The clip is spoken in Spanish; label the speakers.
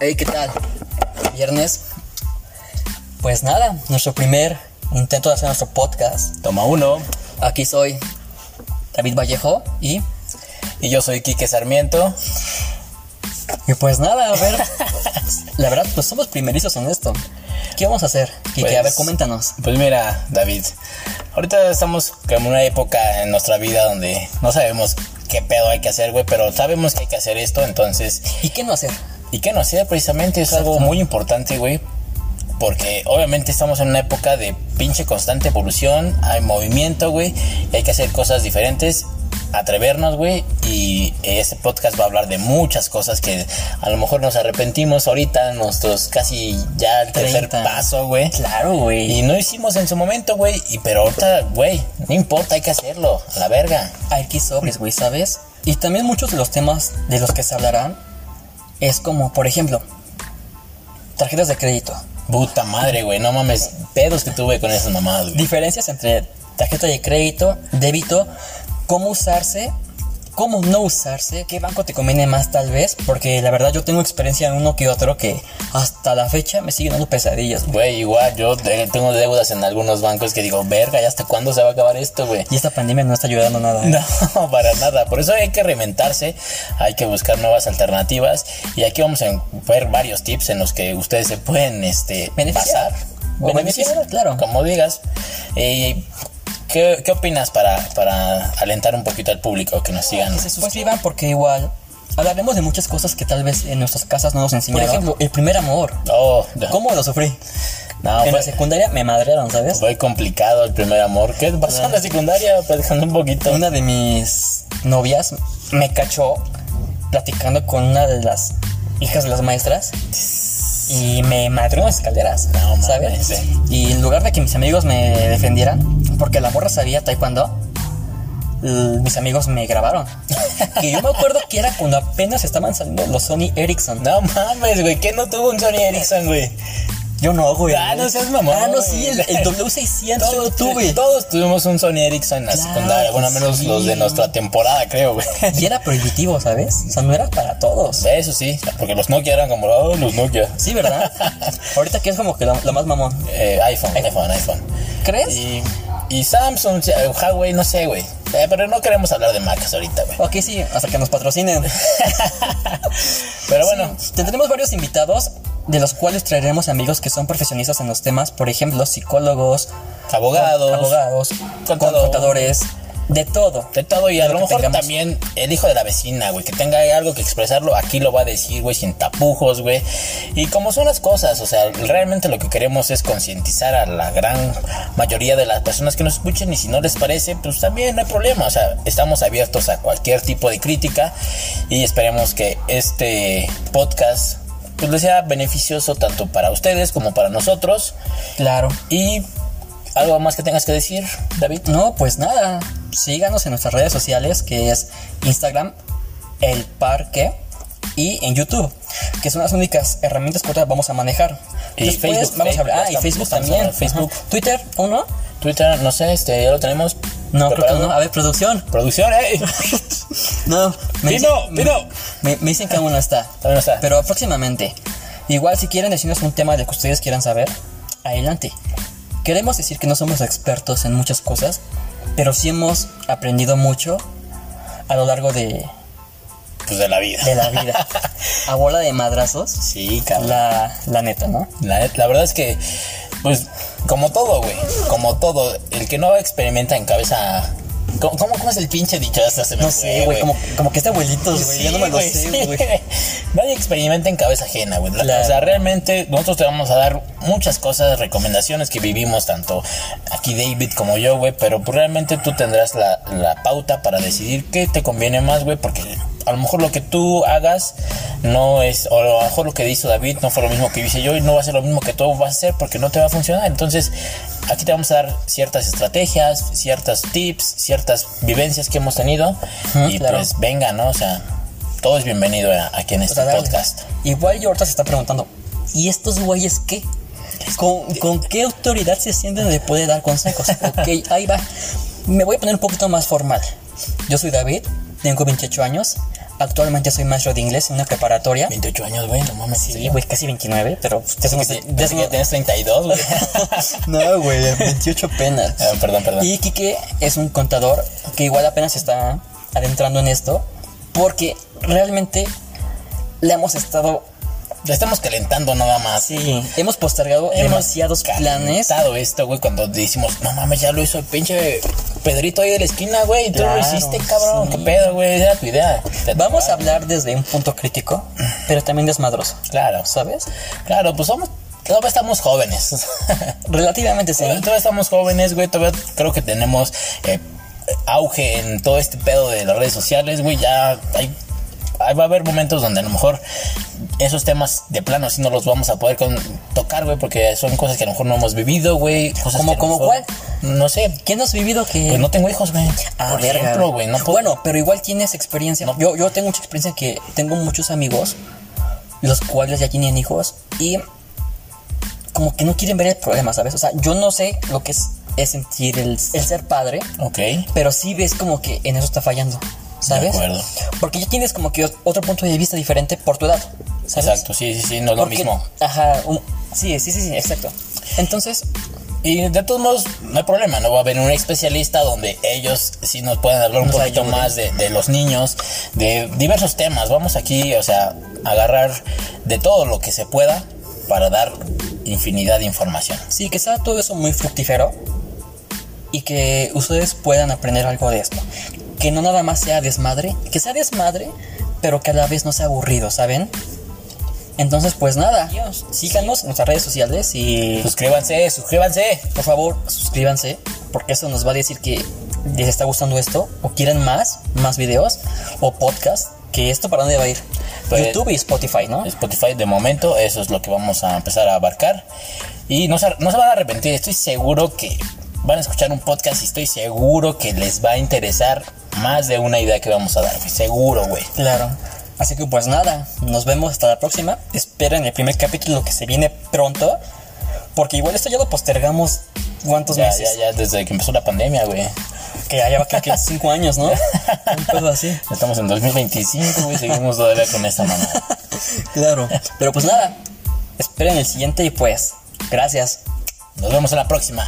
Speaker 1: Hey, ¿qué tal? Viernes. Pues nada, nuestro primer intento de hacer nuestro podcast.
Speaker 2: Toma uno.
Speaker 1: Aquí soy David Vallejo y.
Speaker 2: Y yo soy Quique Sarmiento.
Speaker 1: Y pues nada, a ver. la verdad, pues somos primerizos en esto. ¿Qué vamos a hacer? Quique,
Speaker 2: Pues-
Speaker 1: a ver, coméntanos.
Speaker 2: Pues mira, David, ahorita estamos como en una época en nuestra vida donde no sabemos qué pedo hay que hacer, güey, pero sabemos que hay que hacer esto, entonces
Speaker 1: ¿Y qué no hacer?
Speaker 2: Y que no sea precisamente es algo muy importante, güey. Porque obviamente estamos en una época de pinche constante evolución, hay movimiento, güey, y hay que hacer cosas diferentes, atrevernos, güey, y este podcast va a hablar de muchas cosas que a lo mejor nos arrepentimos ahorita, nuestros casi ya el tercer
Speaker 1: 30.
Speaker 2: paso, güey.
Speaker 1: Claro, güey.
Speaker 2: Y no hicimos en su momento, güey, y pero ahorita, güey, no importa, hay que hacerlo, a la verga.
Speaker 1: Hay que sobres, güey, ¿sabes? Y también muchos de los temas de los que se hablarán es como, por ejemplo, tarjetas de crédito.
Speaker 2: Puta madre, güey, no mames, pedos que tuve con esas mamadas, güey.
Speaker 1: Diferencias entre tarjeta de crédito, débito, cómo usarse, cómo no usarse, qué banco te conviene más tal vez, porque la verdad yo tengo experiencia en uno que otro que hasta la fecha me siguen dando pesadillas. güey.
Speaker 2: Güey, igual yo de- tengo deudas en algunos bancos que digo, verga, ¿y hasta cuándo se va a acabar esto, güey?
Speaker 1: Y esta pandemia no está ayudando nada. ¿eh?
Speaker 2: No, para nada. Por eso hay que reinventarse, hay que buscar nuevas alternativas y aquí vamos a ver varios tips en los que ustedes se pueden este,
Speaker 1: Beneficiar.
Speaker 2: pasar.
Speaker 1: O beneficiar, claro.
Speaker 2: Como digas. Eh, ¿qué, qué opinas para, para alentar un poquito al público que nos sigan?
Speaker 1: Que se suscriban Pues, porque igual hablaremos de muchas cosas que tal vez en nuestras casas no nos
Speaker 2: Por
Speaker 1: enseñaron. Por
Speaker 2: ejemplo,
Speaker 1: ejemplo, el primer amor. Ah,
Speaker 2: Oh, no,
Speaker 1: ¿Cómo lo sufrí?
Speaker 2: no,
Speaker 1: en la
Speaker 2: fue,
Speaker 1: secundaria me madrearon, ¿sabes?
Speaker 2: fue complicado el primer amor. ¿Qué pasó en la secundaria? Platicando un poquito.
Speaker 1: Una de mis novias me cachó platicando con una de las hijas de las maestras y me madreó en las escaleras,
Speaker 2: No mames,
Speaker 1: ¿sabes?
Speaker 2: eh.
Speaker 1: Y en lugar de que mis amigos me defendieran, porque la morra sabía taekwondo, l- mis amigos me grabaron. que yo me acuerdo que era cuando apenas estaban saliendo los Sony Ericsson.
Speaker 2: No mames, güey, ¿qué no tuvo un Sony Ericsson, güey?
Speaker 1: Yo no, güey.
Speaker 2: Ah, no seas mamón,
Speaker 1: Ah, no, sí, el,
Speaker 2: güey.
Speaker 1: el W600 yo lo
Speaker 2: Todos,
Speaker 1: tuve.
Speaker 2: todos tuvimos un Sony Ericsson en la
Speaker 1: Claro
Speaker 2: secundaria, bueno, al
Speaker 1: que
Speaker 2: menos
Speaker 1: sí.
Speaker 2: los de nuestra temporada, creo, güey.
Speaker 1: Y era prohibitivo, ¿sabes? O sea, no era para todos.
Speaker 2: Eso sí, porque los Nokia eran como, oh, los Nokia.
Speaker 1: Sí, ¿verdad? Ahorita que es como que lo, lo más mamón.
Speaker 2: Eh, iPhone, iPhone, iPhone.
Speaker 1: ¿Crees?
Speaker 2: Y, y Samsung, eh, Huawei, no sé, güey. Eh, pero no queremos hablar de marcas ahorita, güey.
Speaker 1: Ok, sí, hasta que nos patrocinen.
Speaker 2: Pero bueno,
Speaker 1: Bueno, tendremos varios invitados de los cuales traeremos amigos que son profesionistas en los temas, por ejemplo, psicólogos,
Speaker 2: abogados,
Speaker 1: abogados,
Speaker 2: contador.
Speaker 1: contadores, de todo.
Speaker 2: De todo, y a
Speaker 1: De
Speaker 2: lo,
Speaker 1: lo que
Speaker 2: mejor
Speaker 1: tengamos.
Speaker 2: también el hijo de la vecina, güey, que tenga algo que expresarlo, aquí lo va a decir, güey, sin tapujos, güey. Y como son las cosas, o sea, realmente lo que queremos es concientizar a la gran mayoría de las personas que nos escuchen y si no les parece, pues también no hay problema, o sea, estamos abiertos a cualquier tipo de crítica y esperemos que este podcast pues les sea beneficioso tanto para ustedes como para nosotros.
Speaker 1: Claro.
Speaker 2: Y algo más que tengas que decir, David.
Speaker 1: No, pues nada, síganos en nuestras redes sociales, que es Instagram, El Parque y en YouTube, que son las únicas herramientas que ahorita vamos a manejar.
Speaker 2: Y
Speaker 1: Después
Speaker 2: Facebook,
Speaker 1: vamos a hablar. Ah,
Speaker 2: Facebook,
Speaker 1: y Facebook
Speaker 2: estamos
Speaker 1: también.
Speaker 2: hablando de Facebook.
Speaker 1: Ajá. Twitter, ¿uno?
Speaker 2: Twitter, no sé, este, ya lo tenemos.
Speaker 1: No, creo que
Speaker 2: preparado.
Speaker 1: no. A ver, producción.
Speaker 2: Producción, eh.
Speaker 1: No,
Speaker 2: Pino, Pino.
Speaker 1: Me, me dicen que aún no está.
Speaker 2: Todavía no está.
Speaker 1: Pero próximamente. Igual si quieren decirnos un tema de que ustedes quieran saber, adelante. Queremos decir que no somos expertos en muchas cosas, pero sí hemos aprendido mucho a lo largo de,
Speaker 2: Pues de la vida.
Speaker 1: de la vida. A bola de madrazos,
Speaker 2: Sí, cabrón.
Speaker 1: la, la neta, ¿no?
Speaker 2: La, la verdad es que, pues, como todo, güey. Como todo. El que no experimenta en cabeza. ¿Cómo, cómo, cómo es el pinche dicho? Hasta se me
Speaker 1: No
Speaker 2: fue,
Speaker 1: sé, güey, como, como que este abuelito, güey,
Speaker 2: Sí,
Speaker 1: yo no me lo
Speaker 2: güey,
Speaker 1: sé,
Speaker 2: sí,
Speaker 1: güey.
Speaker 2: güey. Nadie experimenta en cabeza ajena, güey. La-
Speaker 1: Claro.
Speaker 2: O sea, realmente nosotros te vamos a dar muchas cosas, recomendaciones que vivimos, tanto aquí David como yo, güey. Pero pues, realmente tú tendrás la, la pauta para decidir qué te conviene más, güey. Porque a lo mejor lo que tú hagas no es, o a lo mejor lo que hizo David no fue lo mismo que hice yo y no va a ser lo mismo que tú vas a hacer porque no te va a funcionar. Entonces, aquí te vamos a dar ciertas estrategias, ciertas tips, ciertas vivencias que hemos tenido.
Speaker 1: Ujú,
Speaker 2: y
Speaker 1: Ah, claro.
Speaker 2: pues venga, ¿no? O sea, todo es bienvenido a- aquí en
Speaker 1: O
Speaker 2: este
Speaker 1: sea, dale.
Speaker 2: podcast.
Speaker 1: Igual yo ahorita se está preguntando, ¿y estos güeyes qué? ¿Con, con qué autoridad se sienten de poder dar consejos? Ok, ahí va. Me voy a poner un poquito más formal. Yo soy David, tengo 28 años, Actualmente soy maestro de inglés en una preparatoria.
Speaker 2: 28 años, güey, no mames.
Speaker 1: Sí, güey, casi 29, pero de eso no sé- de eso
Speaker 2: Desde que
Speaker 1: no-
Speaker 2: tienes 32, güey.
Speaker 1: No, güey, 28 apenas.
Speaker 2: Ah, perdón, perdón.
Speaker 1: Y Quique es un contador que igual apenas está adentrando en esto porque realmente le hemos estado,
Speaker 2: Le estamos calentando nada más.
Speaker 1: sí, hemos postergado demasiados planes.
Speaker 2: calentado esto, güey, cuando decimos, no mames, ya lo hizo el pinche Pedrito ahí de la esquina, güey, y tú
Speaker 1: Claro,
Speaker 2: lo hiciste, cabrón,
Speaker 1: sí.
Speaker 2: qué pedo, güey, era tu idea. Te-
Speaker 1: Vamos a hablar desde un punto crítico,
Speaker 2: Mm.
Speaker 1: pero también desmadroso,
Speaker 2: Claro,
Speaker 1: ¿sabes?
Speaker 2: claro, pues somos, todavía estamos jóvenes.
Speaker 1: Relativamente sí.
Speaker 2: Todavía estamos jóvenes, güey, todavía creo que tenemos eh, auge en todo este pedo de las redes sociales, güey, ya hay... ahí va a haber momentos donde a lo mejor esos temas de plano sí no los vamos a poder con- tocar, güey, porque son cosas que a lo mejor no hemos vivido, güey. cosas
Speaker 1: ¿Cómo-
Speaker 2: que a lo
Speaker 1: cómo
Speaker 2: mejor- No sé,
Speaker 1: ¿Quién has vivido que...
Speaker 2: Pues no tengo hijos, güey.
Speaker 1: Ah,
Speaker 2: Por
Speaker 1: verga,
Speaker 2: ejemplo,
Speaker 1: güey.
Speaker 2: güey, no puedo.
Speaker 1: Bueno, pero igual tienes experiencia. Yo, yo tengo mucha experiencia que tengo muchos amigos, los cuales ya tienen hijos, y como que no quieren ver el problema, ¿sabes? O sea, yo no sé lo que es, es sentir el, el ser padre,
Speaker 2: Ok.
Speaker 1: pero sí ves como que en eso está fallando, ¿sabes?
Speaker 2: acuerdo.
Speaker 1: Porque ya tienes como que otro punto de vista diferente por tu edad, ¿sabes?
Speaker 2: Exacto, sí, sí, sí, no es lo
Speaker 1: Porque-
Speaker 2: mismo.
Speaker 1: Ajá, un- sí, sí, sí, sí, exacto. Entonces,
Speaker 2: Y de todos modos, no hay problema, no va a haber un especialista donde ellos sí nos pueden hablar un
Speaker 1: Nos
Speaker 2: poquito
Speaker 1: ayuden.
Speaker 2: más de, de los niños, de diversos temas. Vamos aquí, o sea, a agarrar de todo lo que se pueda para dar infinidad de información.
Speaker 1: Sí, que sea todo eso muy fructífero y que ustedes puedan aprender algo de esto. Que no nada más sea desmadre, que sea desmadre, pero que a la vez no sea aburrido, ¿saben? Entonces, pues nada, síganos en nuestras redes sociales y
Speaker 2: Suscríbanse, suscríbanse.
Speaker 1: por favor suscríbanse, porque eso nos va a decir que les está gustando esto, o quieren más, más videos, o podcast, que esto para dónde va a ir.
Speaker 2: Pues-
Speaker 1: YouTube y Spotify, ¿no?
Speaker 2: Spotify de momento, eso es lo que vamos a empezar a abarcar. Y no se, no se van a arrepentir, estoy seguro que van a escuchar un podcast y estoy seguro que les va a interesar más de una idea que vamos a dar, güey, Seguro, güey.
Speaker 1: Claro. Así que pues nada, nos vemos hasta la próxima. Esperen el primer capítulo que se viene pronto. Porque igual esto ya lo postergamos cuántos
Speaker 2: Ya,
Speaker 1: meses.
Speaker 2: ya, ya, desde que empezó la pandemia, güey.
Speaker 1: Que ya lleva creo que cinco años, ¿no? Un pedo así.
Speaker 2: Estamos en 2025, güey, seguimos todavía con esta mamada.
Speaker 1: Claro. Pero pues nada, esperen el siguiente y pues, gracias.
Speaker 2: Nos vemos en la próxima.